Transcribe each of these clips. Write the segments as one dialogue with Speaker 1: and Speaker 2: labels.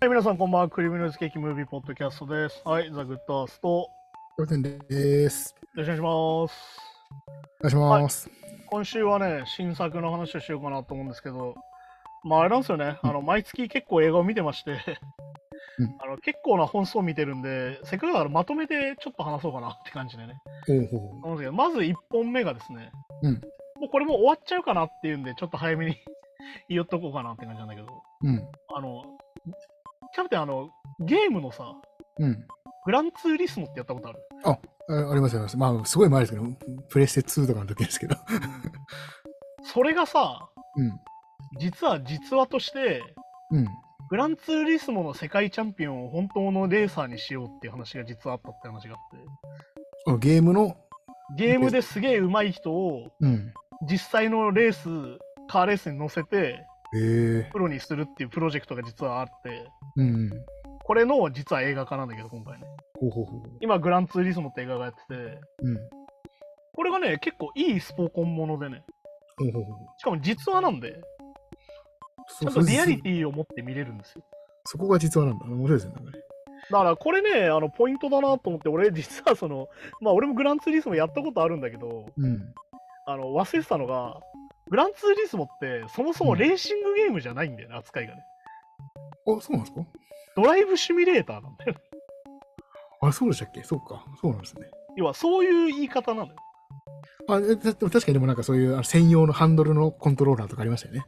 Speaker 1: 皆さんこんばんは、クリームノイズケーキムービーポッドキャストです。はい、ザ・グッドアースト、よ
Speaker 2: よてんです。
Speaker 1: ろしくお願いします。
Speaker 2: お願いします。
Speaker 1: 今週はね、新作の話をしようかなと思うんですけど、まああれなんですよね、あの毎月結構映画を見てまして、
Speaker 2: うん
Speaker 1: あの結構な本数を見てるんで、せっかくだからまとめてちょっと話そうかなって感じでね。
Speaker 2: おうほ
Speaker 1: なんですけどまず1本目がですね、
Speaker 2: うん
Speaker 1: もうこれもう終わっちゃうかなっていうんで、ちょっと早めに 言っとこうかなって感じなんだけど、
Speaker 2: う。うん。
Speaker 1: あの、キャプテン、あの、ゲームのさ、
Speaker 2: うん。
Speaker 1: グランツーリスモってやったことある
Speaker 2: あありますあります。まあ、すごい前ですけど、プレステ2とかの時ですけど。
Speaker 1: それがさ、
Speaker 2: うん。
Speaker 1: 実は実話として、
Speaker 2: うん。
Speaker 1: グランツーリスモの世界チャンピオンを本当のレーサーにしようっていう話が実はあったって話があっ
Speaker 2: あゲームの、
Speaker 1: て、ゲームですげえ上手い人を
Speaker 2: うん。
Speaker 1: 実際のレース、カーレースに乗せて
Speaker 2: ええ
Speaker 1: プロにするっていうプロジェクトが実はあって、
Speaker 2: うん。
Speaker 1: これの実は映画化なんだけど、今回ね。
Speaker 2: ほうほうほう。
Speaker 1: 今、グランツーリスモって映画がやってて、
Speaker 2: うん。
Speaker 1: これがね、結構いいスポコンものでね、
Speaker 2: ほうほうほう。
Speaker 1: しかも実話なんで、ちゃ
Speaker 2: そ
Speaker 1: んとリアリ
Speaker 2: そ
Speaker 1: ティを持って見れるんですよ。
Speaker 2: そこが実話なんだ。面白いですね。なんかね
Speaker 1: だからこれね、あのポイントだなと思って、俺、実はその、まあ、俺もグランツーリスモやったことあるんだけど、
Speaker 2: うん。
Speaker 1: あの忘れてたのが、グランツーリスモって、そもそもレーシングゲームじゃないんだよね、扱いがね。
Speaker 2: あ、そうなんですか
Speaker 1: ドライブシミュレーターなんだよ。
Speaker 2: あ、そうでしたっけそうか。そうなんですね。
Speaker 1: 要は、そういう言い方なのよ。
Speaker 2: あ、えたでも確かにでもなんかそういうあの専用のハンドルのコントローラーとかありましたよね。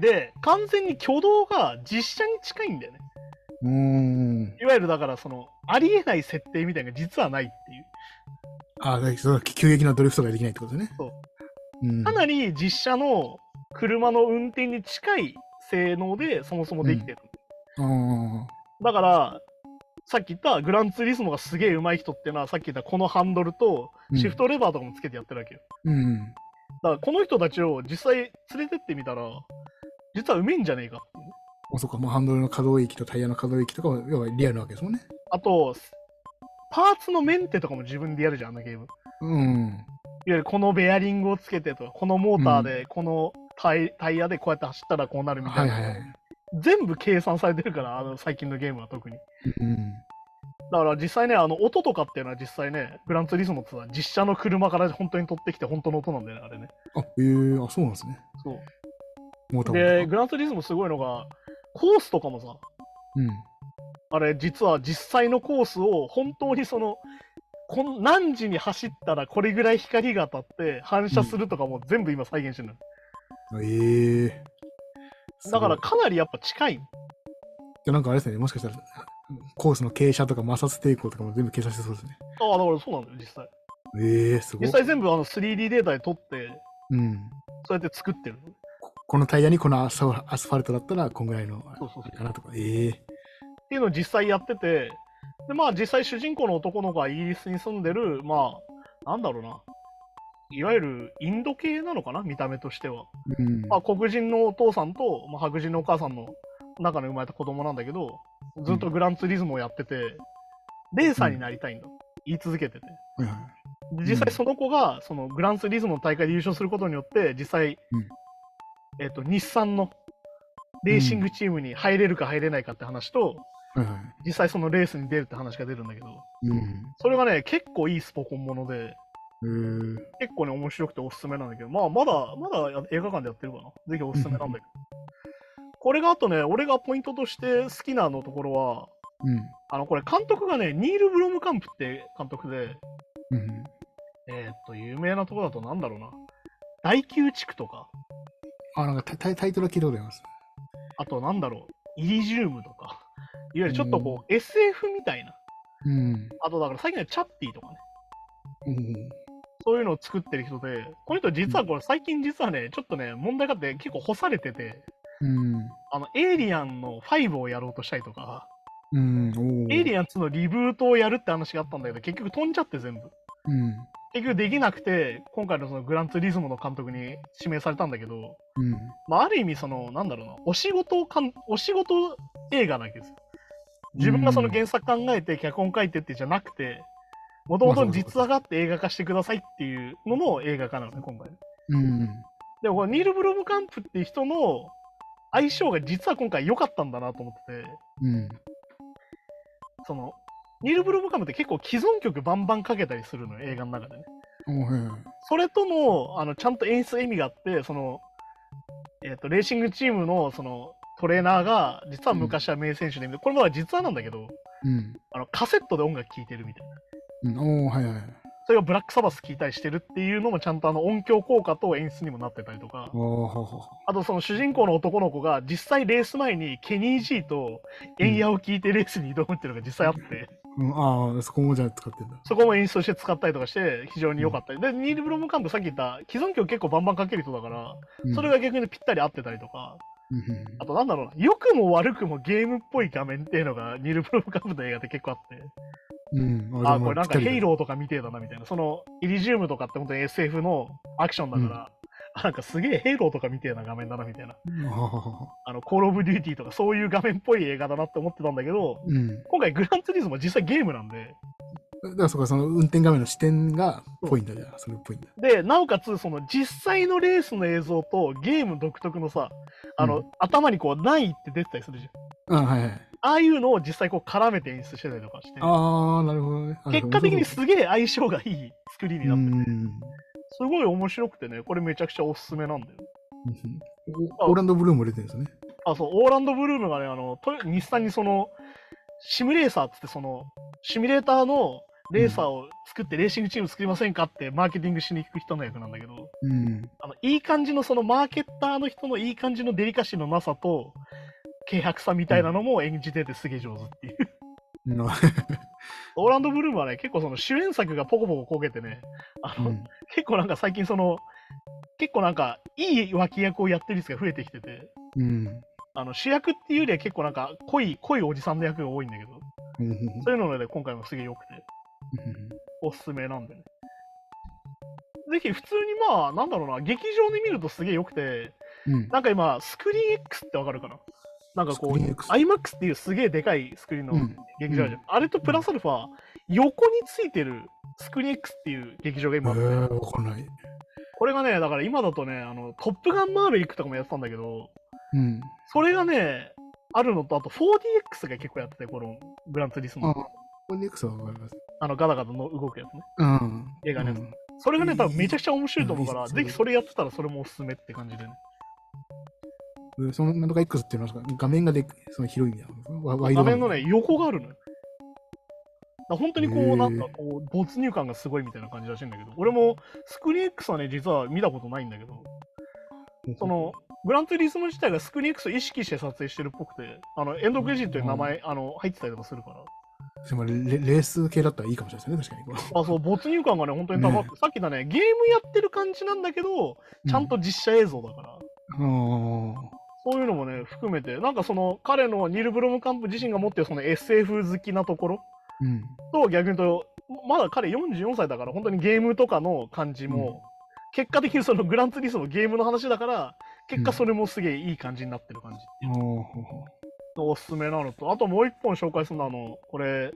Speaker 1: で、完全に挙動が実写に近いんだよね。
Speaker 2: うーん。
Speaker 1: いわゆるだから、その、ありえない設定みたいなのが実はないっていう。
Speaker 2: あ、だそう急激なドリフトができないってことね。
Speaker 1: そう。
Speaker 2: うん。
Speaker 1: かなり実写の車の運転に近い性能で、そもそもできてる。
Speaker 2: あー
Speaker 1: だから、さっき言ったグランツーリスモがすげえ上手い人ってのは、さっき言ったこのハンドルと
Speaker 2: うん
Speaker 1: シフトレバーとかもつけてやってるわけよ。
Speaker 2: うん。
Speaker 1: だから、この人たちを実際連れてってみたら、実はうめえんじゃねえかっていう。
Speaker 2: あそうか、もうハンドルの可動域とタイヤの可動域とかは要はリアルなわけですもんね。
Speaker 1: あと、パーツのメンテとかも自分でやるじゃん、あのゲーム。いわ
Speaker 2: うん。
Speaker 1: ゆるこのベアリングをつけてとか、このモーターで、このタイ,、タイヤでこうやって走ったらこうなるみた
Speaker 2: はいい
Speaker 1: な。
Speaker 2: はいはい。
Speaker 1: 全部計算されてるから、あの最近のゲームは特に。
Speaker 2: うん。
Speaker 1: だから実際ね、あの音とかっていうのは実際ね、グランツーリスモってさ、実写の車から本当に取ってきて本当の音なんだよね、あれね。
Speaker 2: あ、えー、あ、そうなんですね。
Speaker 1: そう
Speaker 2: モーター
Speaker 1: で、
Speaker 2: ー
Speaker 1: グランツーリスモすごいのが、コースとかもさ、
Speaker 2: うん。
Speaker 1: あれ、実は実際のコースを本当にその、この何時に走ったらこれぐらい光が当たって反射するとかも全部今再現してるの、
Speaker 2: あええー。
Speaker 1: だから
Speaker 2: すごい
Speaker 1: かなりやっぱ近い。
Speaker 2: じゃあなんかあれですね、もしかしたら、コースの傾斜とか摩擦抵抗とかも全部計算してそうですね。
Speaker 1: ああ、だからそうなんだよ、実際。
Speaker 2: ええー、すごい。
Speaker 1: 実際全部あの 3D データで撮って、
Speaker 2: うん。
Speaker 1: そうやって作ってる。
Speaker 2: ここのタイヤにこのアスファアスファルトだったら、こんぐらいの、あ
Speaker 1: そうそうそう
Speaker 2: れかなとか。ええ
Speaker 1: っていうのを実際やってて、で、まあ実際主人公の男の子はイギリスに住んでる、まあ、なんだろうな。いわゆるインド系なのかな見た目としては。
Speaker 2: うん。
Speaker 1: まあ黒人のお父さんと、まあ、白人のお母さんの中に生まれた子供なんだけど、ずっとグランツーリズムをやってて、レーサーになりたいんだ。言い続けてて。
Speaker 2: はいはい
Speaker 1: で
Speaker 2: ん
Speaker 1: 実際その子が、そのグランツーリズムの大会で優勝することによって、実際、
Speaker 2: うん
Speaker 1: えっ、と、日産のレーシングチームに入れるか入れないかって話と、
Speaker 2: はいはい。
Speaker 1: 実際そのレースに出るって話が出るんだけど、
Speaker 2: うん。
Speaker 1: それがね、結構いいスポコンもので、
Speaker 2: えー、
Speaker 1: 結構ね、面白くておすすめなんだけど、まあ、まだ、まだや映画館でやってるかな。ぜひおすすめなんだけど。これがあとね、俺がポイントとして好きなのところは、
Speaker 2: うん。
Speaker 1: あの、これ監督がね、ニール・ブロムカンプって監督で、
Speaker 2: うん。
Speaker 1: えーっと、有名なところだとなんだろうな。大宮地区とか、
Speaker 2: あ、なんかタタイタイトルは聞いたことあります。
Speaker 1: あとなんだろう、イリジウムとか、いわゆるちょっとこう、SF みたいな。
Speaker 2: うん。
Speaker 1: あとだから最近のチャッピーとかね。
Speaker 2: うん
Speaker 1: そういうのを作ってる人で、この人実はこれ最近実はね、ちょっとね、問題があって結構干されてて、
Speaker 2: うん。
Speaker 1: あの、エイリアンの5をやろうとしたりとか、
Speaker 2: うん。お
Speaker 1: エイリ
Speaker 2: ア
Speaker 1: アン2のリブートをやるって話があったんだけど、結局飛んじゃって全部。
Speaker 2: うん。
Speaker 1: 結局できなくて、今回のそのグランツーリズムの監督に指名されたんだけど、
Speaker 2: うん。
Speaker 1: まあ、ある意味その、なんだろうな、お仕事かん、お仕事映画なわけですよ。自分がその原作考えて脚本書いてってじゃなくて、もともと実話があって映画化してくださいっていうのの映画化なのね、今回。
Speaker 2: うん。
Speaker 1: でもこれニール・ブロムカンプっていう人の相性が実は今回良かったんだなと思ってて、
Speaker 2: うん。
Speaker 1: その、ニール・ブルームカムって結構既存曲バンバンかけたりするのよ、映画の中でね。
Speaker 2: おはいはい。
Speaker 1: それとの、あの、ちゃんと演出意味があって、その、えっ、と、レーシングチームの、その、トレーナーが、実は昔は名選手で、これまだ実はなんだけど、
Speaker 2: うん。
Speaker 1: あの、カセットで音楽聴いてるみたいな。
Speaker 2: うん、おーはいはい。
Speaker 1: それがブラックサバス聴いたりしてるっていうのも、ちゃんとあの、音響効果と演出にもなってたりとか、
Speaker 2: おおほうほう
Speaker 1: あとその主人公の男の子が、実際レース前にケニー・ジーと、エンヤを聴いてレースに挑むっていうのが実際あって、
Speaker 2: うん、ああ、そこもじゃあ使ってんだ。
Speaker 1: そこも演出として使ったりとかして、非常に良かったり。で、ニール・ブロムカンプさっき言った、既存曲結構バンバンかける人だから、
Speaker 2: うん、
Speaker 1: それが逆にぴったり合ってたりとか、
Speaker 2: うん、
Speaker 1: あとなんだろうな、良くも悪くもゲームっぽい画面っていうのが、ニール・ブロムカンプの映画って結構あって、
Speaker 2: うん。うん、
Speaker 1: あ、これなんかヘイ
Speaker 2: ー。
Speaker 1: ローとかみてえだなみたいな、その、イリジウムとかって本当に SF のアクションだから、あなんかすげえヘイローとかみてえな画面だなみたいな、
Speaker 2: あははは
Speaker 1: あの、コール・オブ・デューティーとかそういう画面っぽい映画だなって思ってたんだけど、
Speaker 2: うん。
Speaker 1: 今回グランツーリズムは実際ゲームなんで、
Speaker 2: だからそこはその運転画面の視点がポイントじゃん。それっぽいんだ。
Speaker 1: で、なおかつ、その実際のレースの映像とゲーム独特のさ、あの、
Speaker 2: うん
Speaker 1: 頭にこう、ないって出てたりするじゃん。
Speaker 2: あはいはい。
Speaker 1: ああいうのを実際こう絡めて演出してたりとかして、
Speaker 2: ああ、なるほどね。あ
Speaker 1: 結果的にすげえ相性がいい作りに
Speaker 2: う
Speaker 1: なって、
Speaker 2: ん。
Speaker 1: すごい面白くてね、これめちゃくちゃおすすめなんだよ。
Speaker 2: おオーランドブルーも出てるんですね。
Speaker 1: あ、そう、オーランド・ブルームがね、あの、と日産にその、シミュレーサーっつって、その、シミュレーターのレーサーを作って、レーシングチーム作りませんかってマーケティングしに行く人の役なんだけど、
Speaker 2: うん。
Speaker 1: あのいい感じのそのマーケッターの人のいい感じのデリカシーのなさと軽薄さみたいなのも演じててすげえ上手っていう。
Speaker 2: うん
Speaker 1: オーランド・ブルームはね結構その主演作がポコポコこけてねあの、
Speaker 2: うん
Speaker 1: 結構なんか最近その結構なんかいい脇役をやってる率が増えてきてて
Speaker 2: うん。
Speaker 1: あの主役っていうよりは結構なんか濃い濃いおじさんの役が多いんだけど
Speaker 2: うん
Speaker 1: そういうので、ね、今回もすげえ良くておすすめなんでね。ぜひ普通にまあなんだろうな劇場で見るとすげえ良くて
Speaker 2: うん。
Speaker 1: なんか今、スクリーン X ってわかるかななんかこう、
Speaker 2: スクリーン X
Speaker 1: IMAX っていうすげえでかいスクリーンの
Speaker 2: うん
Speaker 1: 劇場あるじゃん。あれとプラスアルファ、横についてるスクリーン X っていう劇場が
Speaker 2: え
Speaker 1: 今あって、
Speaker 2: ー、わかんない。
Speaker 1: これがね、だから今だとね、あの、トップガンマーヴェリックとかもやってたんだけど、
Speaker 2: うん。
Speaker 1: それがね、あるのと、あと 4DX が結構やってて、このグランツーリスモ
Speaker 2: あ
Speaker 1: の、、
Speaker 2: コネクスはわかります。
Speaker 1: あの、ガタガタの動くやつね。
Speaker 2: うん。
Speaker 1: 映画のやつ
Speaker 2: うん
Speaker 1: それがね、多分めちゃくちゃ面白いと思うから、
Speaker 2: うん
Speaker 1: ぜひそれやってたらそれもおすすめって感じでね。
Speaker 2: でそのなんとか X っていうのは画面がでその広いんだよ。わワイド
Speaker 1: 画
Speaker 2: 画
Speaker 1: 面
Speaker 2: 面
Speaker 1: のね、横があるのよ。だから本当にこ
Speaker 2: へ
Speaker 1: う、
Speaker 2: ー
Speaker 1: なんかこう、没入感がすごいみたいな感じらしいんだけど、俺もスクリーン X はね、実は見たことないんだけど、その、グランツーリスモ自体がスクリーン X を意識して撮影してるっぽくて、あの、エンドクレジットに名前、あの、入ってたりとかするから、
Speaker 2: でもレレース系だったらいいかもしれないですね、確かに。
Speaker 1: あそう、没入感がね、本当に高くて、さっきだね、ゲームやってる感じなんだけど、ちゃんと実写映像だから、
Speaker 2: うん。あ
Speaker 1: そういうのもね、含めて、なんかその、彼のニル・ブロムカンプ自身が持ってるその SF 好きなところ、
Speaker 2: ーうん。
Speaker 1: と逆に言うとまだ彼44歳だから本当にゲームとかの感じも、結果的にそのグランツーリスモのゲームの話だから結果それもすげえいい感じになってる感じっていう
Speaker 2: おー
Speaker 1: のおすすめなのとあともう一本紹介するのはあのこれ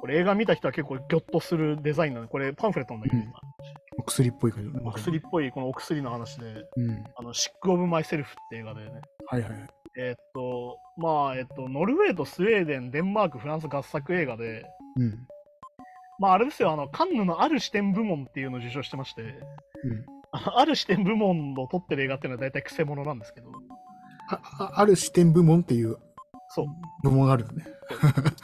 Speaker 1: これ映画見た人は結構ギョッとするデザインなのでこれパンフレットなんだけど、
Speaker 2: うんお薬っぽい感じだね。
Speaker 1: お薬っぽいこのお薬の話で
Speaker 2: うん。
Speaker 1: 「あのシック・オブ・マイ・セルフ」って映画でね
Speaker 2: はいはい。
Speaker 1: えーっとまあえっとノルウェーとスウェーデンデンマークフランス合作映画で
Speaker 2: うん。
Speaker 1: まああれですよあのカンヌのある視点部門っていうのを受賞してまして
Speaker 2: うん。
Speaker 1: あある視点部門の撮ってる映画っていうのは大体くせ者なんですけど、
Speaker 2: ああある視点部門っていう
Speaker 1: そう。
Speaker 2: 部門があるのね。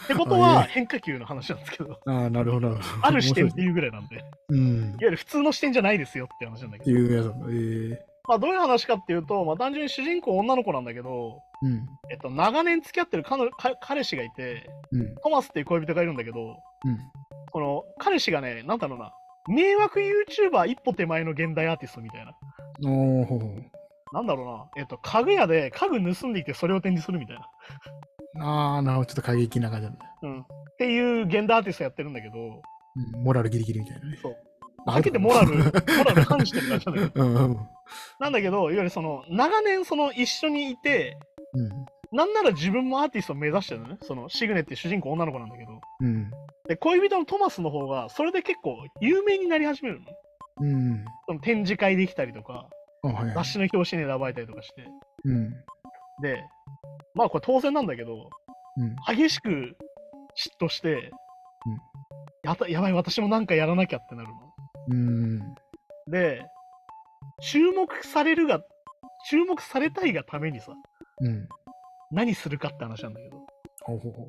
Speaker 1: ってこと
Speaker 2: あ
Speaker 1: はい変化球の話なんですけど、
Speaker 2: ああ、なるほど、なるほど。
Speaker 1: ある視点って
Speaker 2: う。
Speaker 1: いうぐらいなんで、いわ
Speaker 2: うん。っ
Speaker 1: ゆる普通の視点じゃないですよって話なんだけ
Speaker 2: て
Speaker 1: ど、
Speaker 2: いうやつなんだ。えー。
Speaker 1: まあどういう話かっていうと、まあ単純に主人公女の子なんだけど、
Speaker 2: うん。
Speaker 1: えっと、長年付き合ってる彼女か彼氏がいて、
Speaker 2: うん。
Speaker 1: トマスっていう恋人がいるんだけど、
Speaker 2: うん。
Speaker 1: この彼氏がね、なんだろうな、迷惑 YouTuber 一歩手前の現代アーティストみたいな、
Speaker 2: おーほうほう。
Speaker 1: なんだろうな、えっと、家具屋で家具盗んできてそれを展示するみたいな、
Speaker 2: ああ、なるほど。ちょっと過激な感じなんだ。
Speaker 1: うん、っていう現代アーティストやってるんだけど、
Speaker 2: うんモラルギリギリみたいなね。
Speaker 1: そう
Speaker 2: あ。
Speaker 1: はっきり言ってモラル、モラル反してる感じなん だけど。
Speaker 2: うんうん。
Speaker 1: なんだけど、いわゆるその、長年その一緒にいて、
Speaker 2: うん。
Speaker 1: なんなら自分もアーティストを目指してるのね。その、シグネっていう主人公女の子なんだけど。
Speaker 2: うん。
Speaker 1: で、恋人のトマスの方が、それで結構有名になり始めるの。
Speaker 2: うん。
Speaker 1: その展示会できたりとか、
Speaker 2: あはいはい
Speaker 1: 雑誌の表紙に選ばれたりとかして。
Speaker 2: うん。
Speaker 1: で、まあこれ当然なんだけど、
Speaker 2: うん。
Speaker 1: 激しく嫉妬して、
Speaker 2: うん
Speaker 1: やたやばい、私もなんかやらなきゃってなるの。
Speaker 2: うん。
Speaker 1: で、注目されるが、注目されたいがためにさ、
Speaker 2: うん。
Speaker 1: 何するかって話なんだけど、
Speaker 2: ほうほうほ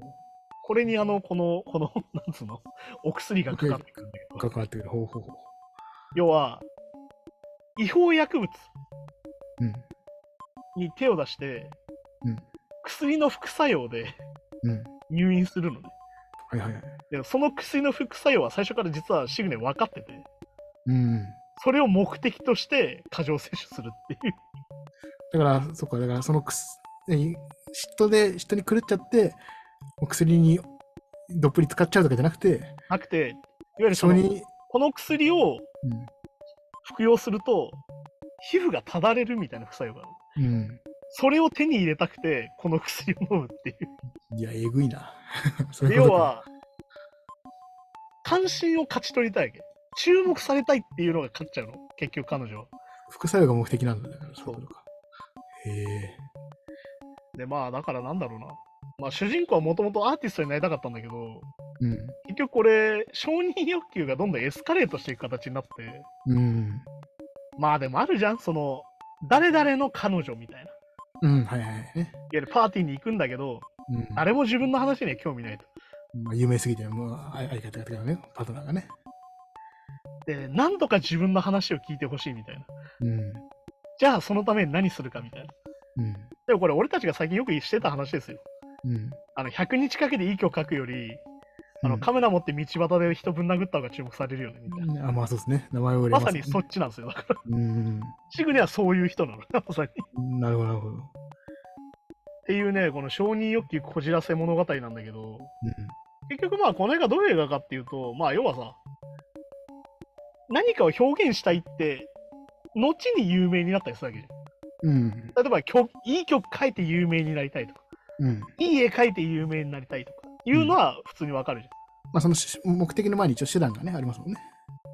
Speaker 1: これにあの、この、 この、なんつうの、お薬がかかってくるんだ
Speaker 2: う。
Speaker 1: け
Speaker 2: か
Speaker 1: ど、
Speaker 2: かってくる。ほうほうほ
Speaker 1: 要は、違法薬物
Speaker 2: う。うん。
Speaker 1: に手を出して、
Speaker 2: うん
Speaker 1: 薬の副作用で
Speaker 2: うん。
Speaker 1: 入院するのね。
Speaker 2: はいはいはい。
Speaker 1: で、その薬の副作用は最初から実はシグネ分かってて、
Speaker 2: うん。
Speaker 1: それを目的として過剰摂取するって いう。
Speaker 2: だから、そっか、だから、そのくす、え嫉妬で、嫉妬に狂っちゃって、お薬にどっぷり使っちゃうとかじゃなくて、
Speaker 1: なくて、いわゆるそ
Speaker 2: 人
Speaker 1: の
Speaker 2: に、
Speaker 1: この薬
Speaker 2: う
Speaker 1: を
Speaker 2: ん
Speaker 1: 服用すると、皮膚がただれるみたいな副作用がある。
Speaker 2: うん。
Speaker 1: それを手に入れたくて、この薬を飲むっていう。
Speaker 2: いや、えぐいな。 そ
Speaker 1: で
Speaker 2: れ
Speaker 1: 要は、関心を勝ち取りたいわけ。注目されたいっていうのが勝っちゃうの、結局彼女は。
Speaker 2: 副作用が目的なんだだから、
Speaker 1: そう
Speaker 2: そういうことか。へえ。
Speaker 1: で、まあ、だからなんだろうな。まあ、主人公はもともとアーティストになりたかったんだけど、
Speaker 2: うん。
Speaker 1: 結局これ、承認欲求がどんどんエスカレートしていく形になって、
Speaker 2: うん。
Speaker 1: まあでもあるじゃん、その、誰々の彼女みたいな。いわ
Speaker 2: うん、はいはいはい。ね
Speaker 1: ゆるパーティーに行くんだけど、
Speaker 2: うん、
Speaker 1: 誰も自分の話には興味ないと。
Speaker 2: まあ、有名すぎて、もうあ相方がね、パートナーがね。
Speaker 1: で、なんとか自分の話を聞いてほしいみたいな。
Speaker 2: うん。
Speaker 1: じゃあそのために何するかみたいな。
Speaker 2: うん。
Speaker 1: でもこれ俺たちが最近よくしてた話ですよ。
Speaker 2: うん。
Speaker 1: あの、100日かけていい曲書くより、あ
Speaker 2: う
Speaker 1: の、
Speaker 2: ん
Speaker 1: カメラ持って道端で人ぶん殴った方が注目されるよね、みたいな。
Speaker 2: あ、まあそうですね。名前を売れ
Speaker 1: ま
Speaker 2: ます
Speaker 1: さ
Speaker 2: ね、
Speaker 1: にそっちなんですよ。だから、
Speaker 2: うん。
Speaker 1: シグネはそういう人なの。まさに。っ
Speaker 2: なるほど、なるほど。
Speaker 1: ていうね、この承認欲求こじらせ物語なんだけど、
Speaker 2: うん。
Speaker 1: 結局まあこの映画どういう映画かっていうとまあ要はさ何かを表現したいって後に有名になったりするわけじ
Speaker 2: うん。
Speaker 1: ゃん例えば曲いい曲書いて有名になりたいとか
Speaker 2: うん。
Speaker 1: いい絵描いて有名になりたいとかいうのは普通にわかるじゃ
Speaker 2: まあそのし目的の前に一応手段がね、ありますもんね。
Speaker 1: ん、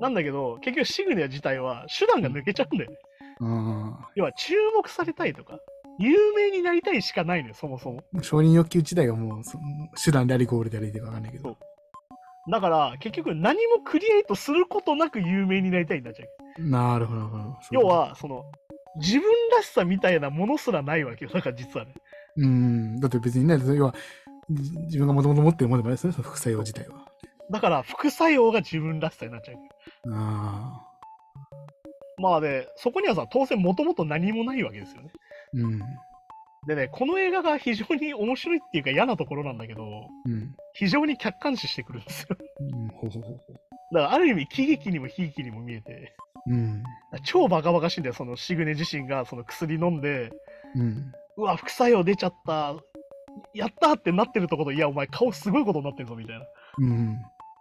Speaker 1: なんだけど結局シグネア自体は手段が抜けちゃうんだよね
Speaker 2: あ
Speaker 1: 要は注目されたいとか有名になりたいしかないのよそもそも
Speaker 2: あ。承認欲求自体がもうそ手段でありゴールでありでかわかんないけ
Speaker 1: そ
Speaker 2: ど
Speaker 1: う。だから結局何もクリエイトすることなく有名になりたいになっちゃう
Speaker 2: なるほど、なるほど。
Speaker 1: 要、はその自分らしさみたいなものすらないわけよだから実はね
Speaker 2: うん。だって別にね、要は、じ自分がもともと持ってるものでもないですね、その副作用自体は。
Speaker 1: だから副作用が自分らしさになっちゃう
Speaker 2: ああ。
Speaker 1: まあでそこにはさ当然もともと何もないわけですよね
Speaker 2: うん。
Speaker 1: でねこの映画が非常に面白いっていうか嫌なところなんだけど
Speaker 2: うん。
Speaker 1: 非常に客観視してくるんですよ
Speaker 2: うん、ほうほうほうほう。
Speaker 1: だからある意味喜劇にも悲劇にも見えて
Speaker 2: うん。
Speaker 1: 超バカバカしいんだよそのシグネ自身がその薬飲んで
Speaker 2: うん。
Speaker 1: うわ副作用出ちゃったやったーってなってるところいやお前顔すごいことになってるぞみたいな
Speaker 2: うん。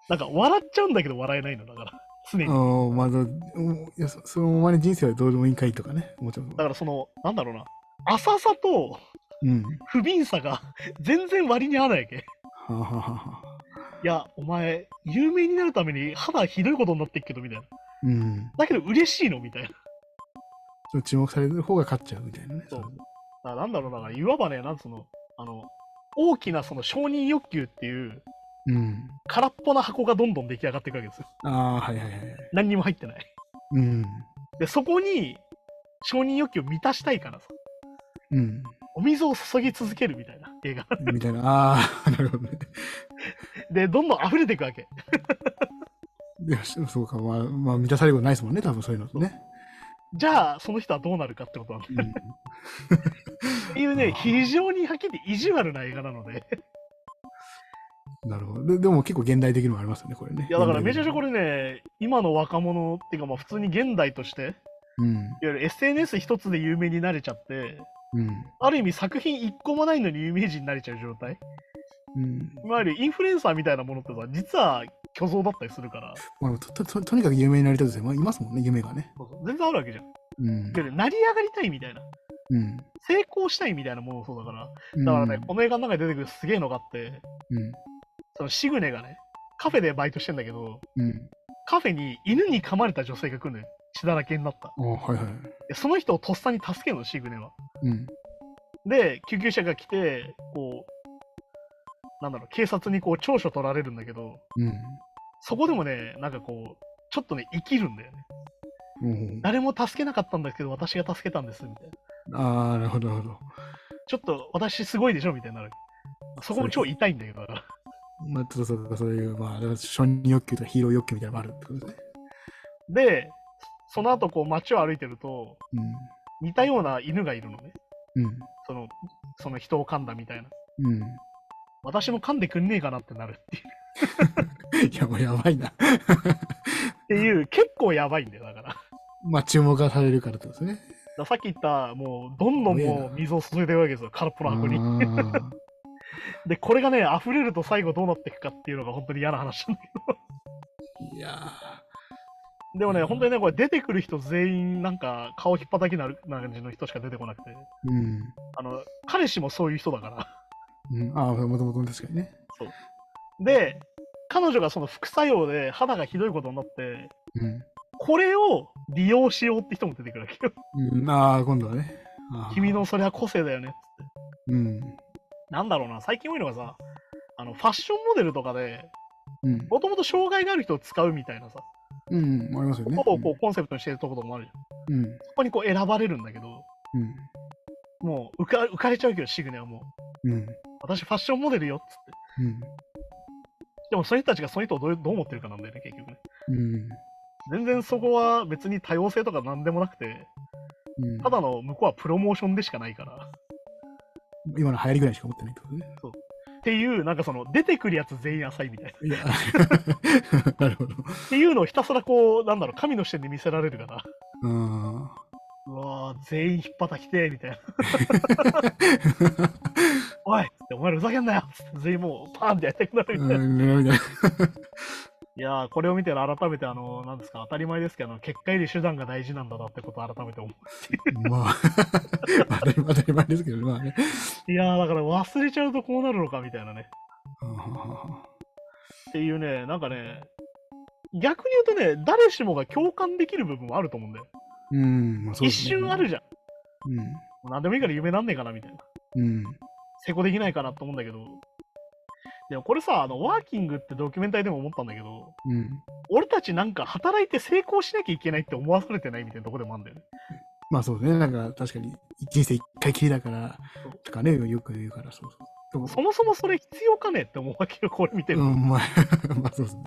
Speaker 1: なんか笑っちゃうんだけど笑えないのだから常に
Speaker 2: ああ、まあ、どうんいやそそのお前の人生はどうでもいいんかいとかね、もちろん。
Speaker 1: だからその、なんだろうな、浅さと
Speaker 2: うん。
Speaker 1: 不憫さが 全然割に合わないわけ。
Speaker 2: はあ、はあはあはあ、
Speaker 1: いや、お前、有名になるために肌ひどいことになってっけど、みたいな。
Speaker 2: うん。
Speaker 1: だけど嬉しいのみたいな。だか
Speaker 2: その注目される方が勝っちゃうみたいなね。
Speaker 1: そう
Speaker 2: れ
Speaker 1: らなんだろうな、いわばね、なんつうの、あの、大きなその承認欲求っていう
Speaker 2: うん。
Speaker 1: 空っぽな箱がどんどん出来上がっていくわけですよ。
Speaker 2: ああ、はいはいはい。
Speaker 1: 何にも入ってない。
Speaker 2: うん。
Speaker 1: で、そこに承認欲求を満たしたいからさ、
Speaker 2: うん。
Speaker 1: お水を注ぎ続けるみたいな映画。
Speaker 2: みたいな。ああ、なるほどね。
Speaker 1: で、どんどん溢れていくわけ。
Speaker 2: でもそうか、まあ、まあ、満たされることないですもんね、多分そういうのってね。
Speaker 1: じゃあ、その人はどうなるかってことなんだ
Speaker 2: うん。
Speaker 1: っていうね、
Speaker 2: あー
Speaker 1: 非常にはっきり意地悪な映画なので、
Speaker 2: なるほど。ででも結構現代的のもありますよね、これね。
Speaker 1: いやだからめちゃくちゃこ
Speaker 2: れ。
Speaker 1: れね、今の若者っていうか、まあ普通に現代として、
Speaker 2: うん。
Speaker 1: いわゆる SNS 一つで有名になれちゃって、
Speaker 2: うん。
Speaker 1: ある意味作品一個もないのに有名人になれちゃう状態、
Speaker 2: うん。
Speaker 1: いわゆるインフルエンサーみたいなものってさ、実は虚像だったりするから、
Speaker 2: まあ、ととととにかく有名になりたいとして、まあ、いますもんね、夢がね。
Speaker 1: 全然あるわけじゃん。いわ
Speaker 2: うん。
Speaker 1: ゆる成り上がりたいみたいな、
Speaker 2: うん。
Speaker 1: 成功したいみたいなものもそうだから、
Speaker 2: うん
Speaker 1: だからね、この映画の中で出てくるすげえのがあって、
Speaker 2: うん。
Speaker 1: そのシグネがね、カフェでバイトしてんだけど、
Speaker 2: うん。
Speaker 1: カフェに犬に噛まれた女性が来るのよ。血だらけになった。
Speaker 2: ああ、はいはい。
Speaker 1: でその人をとっさに助けるの、シグネは。
Speaker 2: うん。
Speaker 1: で、救急車が来て、こう、なんだろう、警察にこう、長所取られるんだけど、
Speaker 2: うん。
Speaker 1: そこでもね、なんかこう、ちょっとね、生きるんだよね。
Speaker 2: うん、
Speaker 1: 誰も助けなかったんだけど、私が助けたんです、みたいな。
Speaker 2: ああ、なるほど、なるほど。
Speaker 1: ちょっと、私すごいでしょ、みたいになる。そこも超痛いんだけど、だから
Speaker 2: まあ、ちょっとそうか、そういう、まあ、だから承認欲求とかヒーロー欲求みたいなのもあるってことですね。
Speaker 1: で、その後こう、街を歩いてると、似たような犬がいるのね。
Speaker 2: うん。
Speaker 1: その、その人を噛んだみたいな。
Speaker 2: うん。 うん。
Speaker 1: 私も噛んでくんねえかなってなるっていう。
Speaker 2: いや、もうやばいな。
Speaker 1: っていう、結構やばいんだよ、だから。だか
Speaker 2: まあ、注目がされるからってことですね。
Speaker 1: らさっき言った、もう、どんどん
Speaker 2: すごい
Speaker 1: も
Speaker 2: な
Speaker 1: う水を注いでるわけですよ、空っぽの箱に。
Speaker 2: あー
Speaker 1: で、これがね、溢れると最後どうなっていくかっていうのが本当に嫌な話なんだけ
Speaker 2: いや
Speaker 1: ど。でもね、
Speaker 2: うん
Speaker 1: 本当にね、これ出てくる人全員、なんか、顔ひっぱたきなる感じの人しか出てこなくて。
Speaker 2: ーうん。
Speaker 1: あの、彼氏もそういう人だから。
Speaker 2: うん、ああ、もともと確かにね。
Speaker 1: で、彼女がその副作用で肌がひどいことになって、
Speaker 2: うん。
Speaker 1: これを利用しようって人も出てくるわけよ。
Speaker 2: うん、ああ、今度はね。あー
Speaker 1: 君。のそれは個性だよねっつって。
Speaker 2: うん。
Speaker 1: なんだろうな、最近多いのがさ、あのファッションモデルとかで、
Speaker 2: うん。
Speaker 1: もともと障害がある人を使うみたいなさ、
Speaker 2: うん、ありますよね。
Speaker 1: ことをこうコンセプトにしてるとこともあるじゃん。
Speaker 2: うん。
Speaker 1: そこにこう選ばれるんだけど、
Speaker 2: うん。
Speaker 1: もう浮か浮かれちゃうけど、シグネはもう、
Speaker 2: うん。
Speaker 1: 私ファッションモデルよっつって。
Speaker 2: うん。
Speaker 1: でもその人たちがその人をどうどう思ってるかなんだよね、結局ね。
Speaker 2: うん。
Speaker 1: 全然そこは別に多様性とか何でもなくて、
Speaker 2: うん、
Speaker 1: ただの向こうはプロモーションでしかないから。
Speaker 2: 今の流行りぐらいしか持ってないってことね。
Speaker 1: っていう、なんかその出てくるやつ全員浅いみたいな。
Speaker 2: いや、 なるほど。
Speaker 1: っていうのをひたすらこう、なんだろう、神の視点で見せられるから、
Speaker 2: うん。
Speaker 1: うわー、全員引っ張たきて、みたいな。おいっつってお前らふざけんなよっつって全員もうパーンってやりたくなるみたい な。
Speaker 2: うん、みたい
Speaker 1: いやー、これを見てる改めて、あの、なんですか、当たり前ですけど、あの結果より手段が大事なんだなってことを改めて思
Speaker 2: な。まあ、当たり前当たり前ですけどね、まあね。
Speaker 1: う。いやー、だから忘れちゃうとこうなるのかみたいなね。っていうね、なんかね、逆に言うとね、誰しもが共感できる部分はあると思うんだよ。
Speaker 2: うん、まあそう
Speaker 1: 一
Speaker 2: ですね
Speaker 1: 瞬あるじゃん。
Speaker 2: うん。
Speaker 1: もう何でもいいから夢なんねえかなみたいな。
Speaker 2: うん。
Speaker 1: 成功できないかなと思うんだけど。でもこれさ、あの、ワーキングってドキュメンタリーでも思ったんだけど、
Speaker 2: うん。
Speaker 1: 俺たちなんか働いて成功しなきゃいけないって思わされてないみたいなとこでもあるんだよね。
Speaker 2: まあそうですね。なんか確かに人生一回きりだから、とかね、よく言うから、そうそう。
Speaker 1: そもそもそれ必要かねって思うわけよ、これ見てる
Speaker 2: う
Speaker 1: と、
Speaker 2: ん、まあ、 まあそうですね。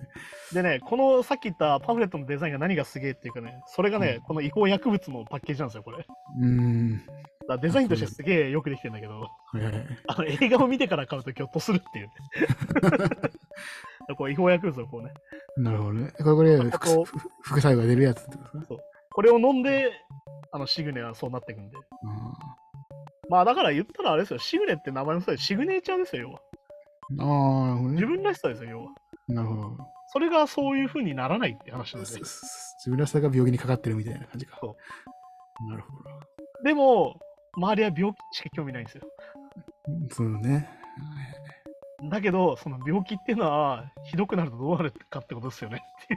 Speaker 1: でね、このさっき言ったパンフレットのデザインが何がすげえっていうかね、それがね、
Speaker 2: うん
Speaker 1: この違法薬物のパッケージなんですよ、これ。だか
Speaker 2: うん。
Speaker 1: らデザインとしてすげえよくできてるんだけど、
Speaker 2: はいはいはい。
Speaker 1: あの映画を見てから買うとギョッとするっていうね。 こう違法薬物をこうね、
Speaker 2: なるほどね。これ、これ
Speaker 1: あ
Speaker 2: 副
Speaker 1: と
Speaker 2: 副副作用が出るやつってことですか
Speaker 1: これを飲んで、あのシグネはそうなっていくんで。まあだから言ったらあれですよ、シグネって名前もそうですシグネチャーですよ、要は。
Speaker 2: うんああ、なるほどね
Speaker 1: 自。分らしさですよ、要は。
Speaker 2: なるほど。
Speaker 1: それがそういう風にならないって話なんです
Speaker 2: す
Speaker 1: よ。
Speaker 2: す自分らしさが病気にかかってるみたいな感じか。
Speaker 1: そ
Speaker 2: なるほど。
Speaker 1: でも、周りは病気しか興味ないんですよ。
Speaker 2: うんそうね。
Speaker 1: だけど、その病気っていうのは、ひどくなるとどうなるかってことですよね。ってい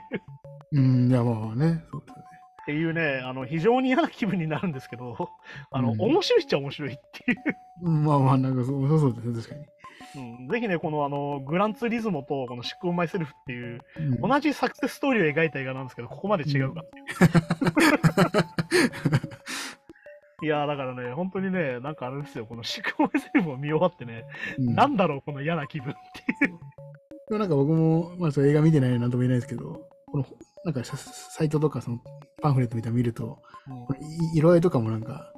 Speaker 2: う
Speaker 1: う
Speaker 2: ん、いや、まあまあね。そうだね。
Speaker 1: っていうね、あの非常に嫌な気分になるんですけど、あの、
Speaker 2: うん
Speaker 1: 面白いっちゃ面白いっていう。
Speaker 2: うんまあまあ、なんかそうそうそうですね、
Speaker 1: うん、ぜひね、このあのグランツーリズムとこのシックオンマイセルフっていう、
Speaker 2: 確かに。
Speaker 1: 同じサクセスストーリーを描いた映画なんですけど、ここまで違うかっていう。いやーだからね、本当にね、なんかあれですよ、このシックオンマイセルフを見終わってね、
Speaker 2: うんうん
Speaker 1: なんだろう、この嫌な気分っていう。
Speaker 2: でもなんか僕も、まあ、その映画見てないのでなんとも言えないですけど、このなんかササイトとかそのパンフレットみたいなの見ると、
Speaker 1: うん
Speaker 2: これい色合いとかもなんか、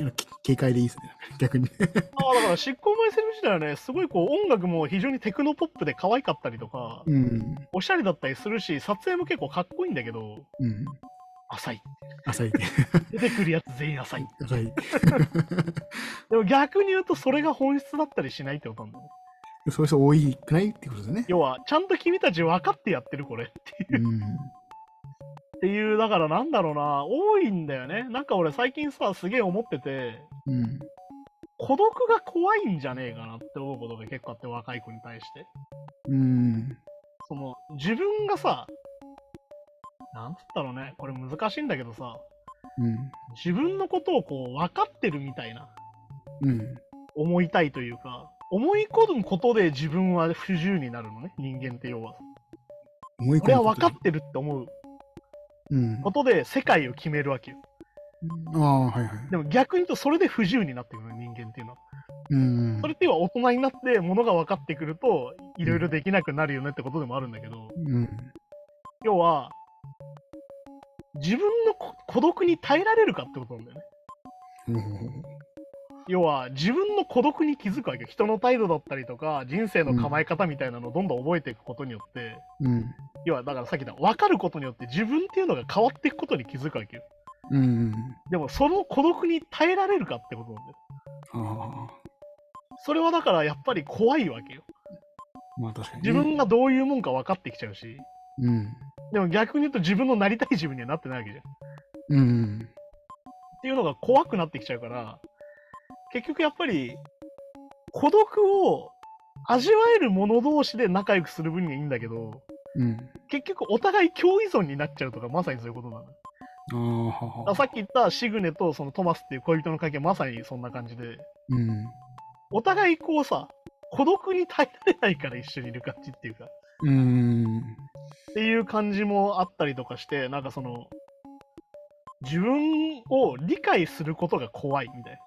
Speaker 2: なんかき軽快でいいですね、逆に。
Speaker 1: ああだから執行前セル自体はね、すごいこう音楽も非常にテクノポップで可愛かったりとか、
Speaker 2: うん。
Speaker 1: おしゃれだったりするし、撮影も結構かっこいいんだけど、
Speaker 2: うん。
Speaker 1: 浅い。
Speaker 2: 浅い。
Speaker 1: 出てくるやつ全員浅い。
Speaker 2: 浅い。
Speaker 1: でも逆に言うと、それが本質だったりしないってことなんだよね。
Speaker 2: そういう人多いくないってことですね。
Speaker 1: 要は、ちゃんと君たち分かってやってる、これ。っていう。
Speaker 2: うん。
Speaker 1: っていうだからなんだろうな、多いんだよね。なんか俺最近さ、すげえ思ってて、
Speaker 2: うん。
Speaker 1: 孤独が怖いんじゃねえかなって思うことが結構あって、若い子に対して。
Speaker 2: うん。
Speaker 1: その自分がさ、なんつったろうね、これ難しいんだけどさ、
Speaker 2: うん。
Speaker 1: 自分のことをこう分かってるみたいな
Speaker 2: うん。
Speaker 1: 思いたいというか、思い込むことで自分は不自由になるのね、人間って要は。
Speaker 2: 思い込む
Speaker 1: これは
Speaker 2: こ
Speaker 1: 分
Speaker 2: と
Speaker 1: かってるって思う
Speaker 2: うん
Speaker 1: ことで世界を決めるわけよ。
Speaker 2: ああ、はいはい。
Speaker 1: でも逆に言うとそれで不自由になってくるの人間っていうのは。
Speaker 2: うん
Speaker 1: そ。れっていうのは大人になってものが分かってくるといろいろできなくなるよねってことでもあるんだけど、
Speaker 2: うん。
Speaker 1: 要は自分のこ孤独に耐えられるかってことなんだよね。
Speaker 2: うん
Speaker 1: 要は自分の孤独に気づくわけよ人の態度だったりとか人生の構え方みたいなのをどんどん覚えていくことによって、
Speaker 2: うん。
Speaker 1: 要はだからさっき言った分かることによって自分っていうのが変わっていくことに気づくわけよ
Speaker 2: うん。
Speaker 1: でもその孤独に耐えられるかってことなんだよ
Speaker 2: あ
Speaker 1: それはだからやっぱり怖いわけよ
Speaker 2: あ、まあ確かにね。
Speaker 1: 自分がどういうもんか分かってきちゃうし
Speaker 2: うん。
Speaker 1: でも逆に言うと自分のなりたい自分にはなってないわけじゃんっ
Speaker 2: うん。
Speaker 1: ていうのが怖くなってきちゃうから結局やっぱり孤独を味わえる者同士で仲良くする分にはいいんだけど
Speaker 2: うん。
Speaker 1: 結局お互い共依存になっちゃうとかまさにそういうことなのだか
Speaker 2: ああ、は
Speaker 1: ら
Speaker 2: は。
Speaker 1: さっき言ったシグネとそのトマスっていう恋人の関係はまさにそんな感じで
Speaker 2: うん。
Speaker 1: お互いこうさ孤独に耐えられないから一緒にいる感じっていうかっ
Speaker 2: うん。
Speaker 1: ていう感じもあったりとかしてなんかその自分を理解することが怖いみたい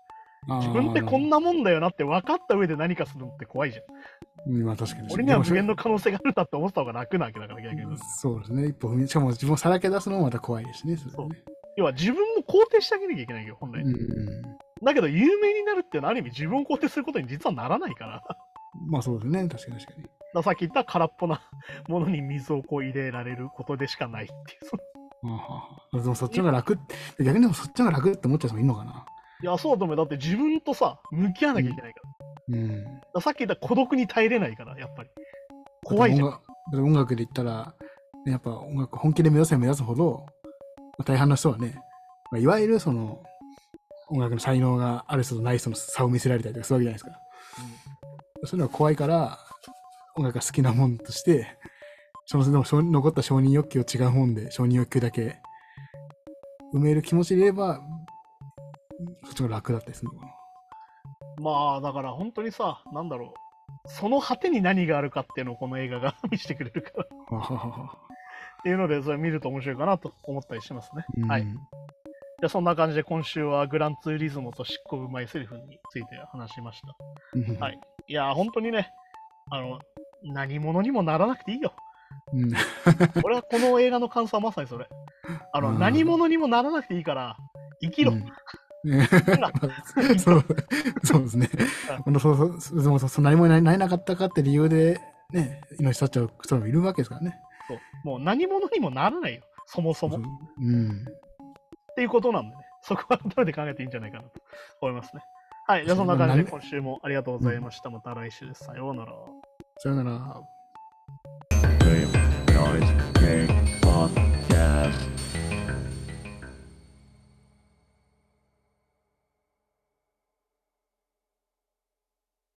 Speaker 2: あ
Speaker 1: な
Speaker 2: あ
Speaker 1: 自分ってこん
Speaker 2: な。
Speaker 1: なもんだよなって分かった上で何かするのって怖いじゃん
Speaker 2: うんまあ確かに。
Speaker 1: 俺には
Speaker 2: でも
Speaker 1: 無限の可能性があるんだって思ってた方が楽なわけだから逆に言うと
Speaker 2: そうですね。一歩踏み、しかも自分をさらけ出すのもまた怖いですね。それね
Speaker 1: 要は自分も肯定してあげなきゃいけないよ本来
Speaker 2: うん。
Speaker 1: だけど有名になるっていうのはある意味自分を肯定することに実はならないからだか
Speaker 2: まあそうですね。確かに確から
Speaker 1: さっき言った空っぽなものに水をこう入れられることでしかないっていうその
Speaker 2: に。ああ、はは。でもそっちの方が楽って、逆にでもそっちの方が楽って思っちゃう人もいるのかな。
Speaker 1: いやそうだと思うよだって自分とさ向き合わなきゃいけないから,、
Speaker 2: うん。
Speaker 1: さっき言った孤独に耐えれないからやっぱり怖いじゃん
Speaker 2: だって音楽だって音楽で言ったら、ねやっぱ音楽本気で目指せば目指すほど、まあ大半の人はね、まあ、いわゆるその音楽の才能がある人とない人の差を見せられたりとかするわけじゃないですか。そういうのが怖いから、音楽が好きなもんとして、そのでも承残った承認欲求を違うもんで、承認欲求だけ埋める気持ちでいれば、そっちが楽だったりするのかな。
Speaker 1: まあだから本当にさなんだろうその果てに何があるかっていうのをこの映画が 見せてくれるからっ
Speaker 2: はははは
Speaker 1: ていうのでそれ見ると面白いかなと思ったりしますね、
Speaker 2: うん
Speaker 1: はいじゃあそんな感じで今週はグランツーリズムと執行部マイセリフについて話しました
Speaker 2: うん
Speaker 1: はいいやー、本当にね、あの、何者にもならなくていいよ。
Speaker 2: うん
Speaker 1: 俺はこの映画の感想はまさにそれ。あの、
Speaker 2: うん
Speaker 1: 何者にもならなくていいから、生きろ。
Speaker 2: うんね そうそうですね。本当そうそうそうでもそうそう何もななれなかったかって理由で、ね、命絶っちゃう人もいるわけですからね。
Speaker 1: そうもう何者にもならないよ。そもそも。
Speaker 2: う
Speaker 1: っ
Speaker 2: ん。
Speaker 1: ていうことなんでね。そこは改めて考えていいんじゃないかなと思いますね。はい。じゃあそ
Speaker 2: そ
Speaker 1: ん
Speaker 2: ん
Speaker 1: な
Speaker 2: な
Speaker 1: 感じで
Speaker 2: 何
Speaker 1: 今週もありがとうございました。また来週です。さようなら。
Speaker 2: さよなら。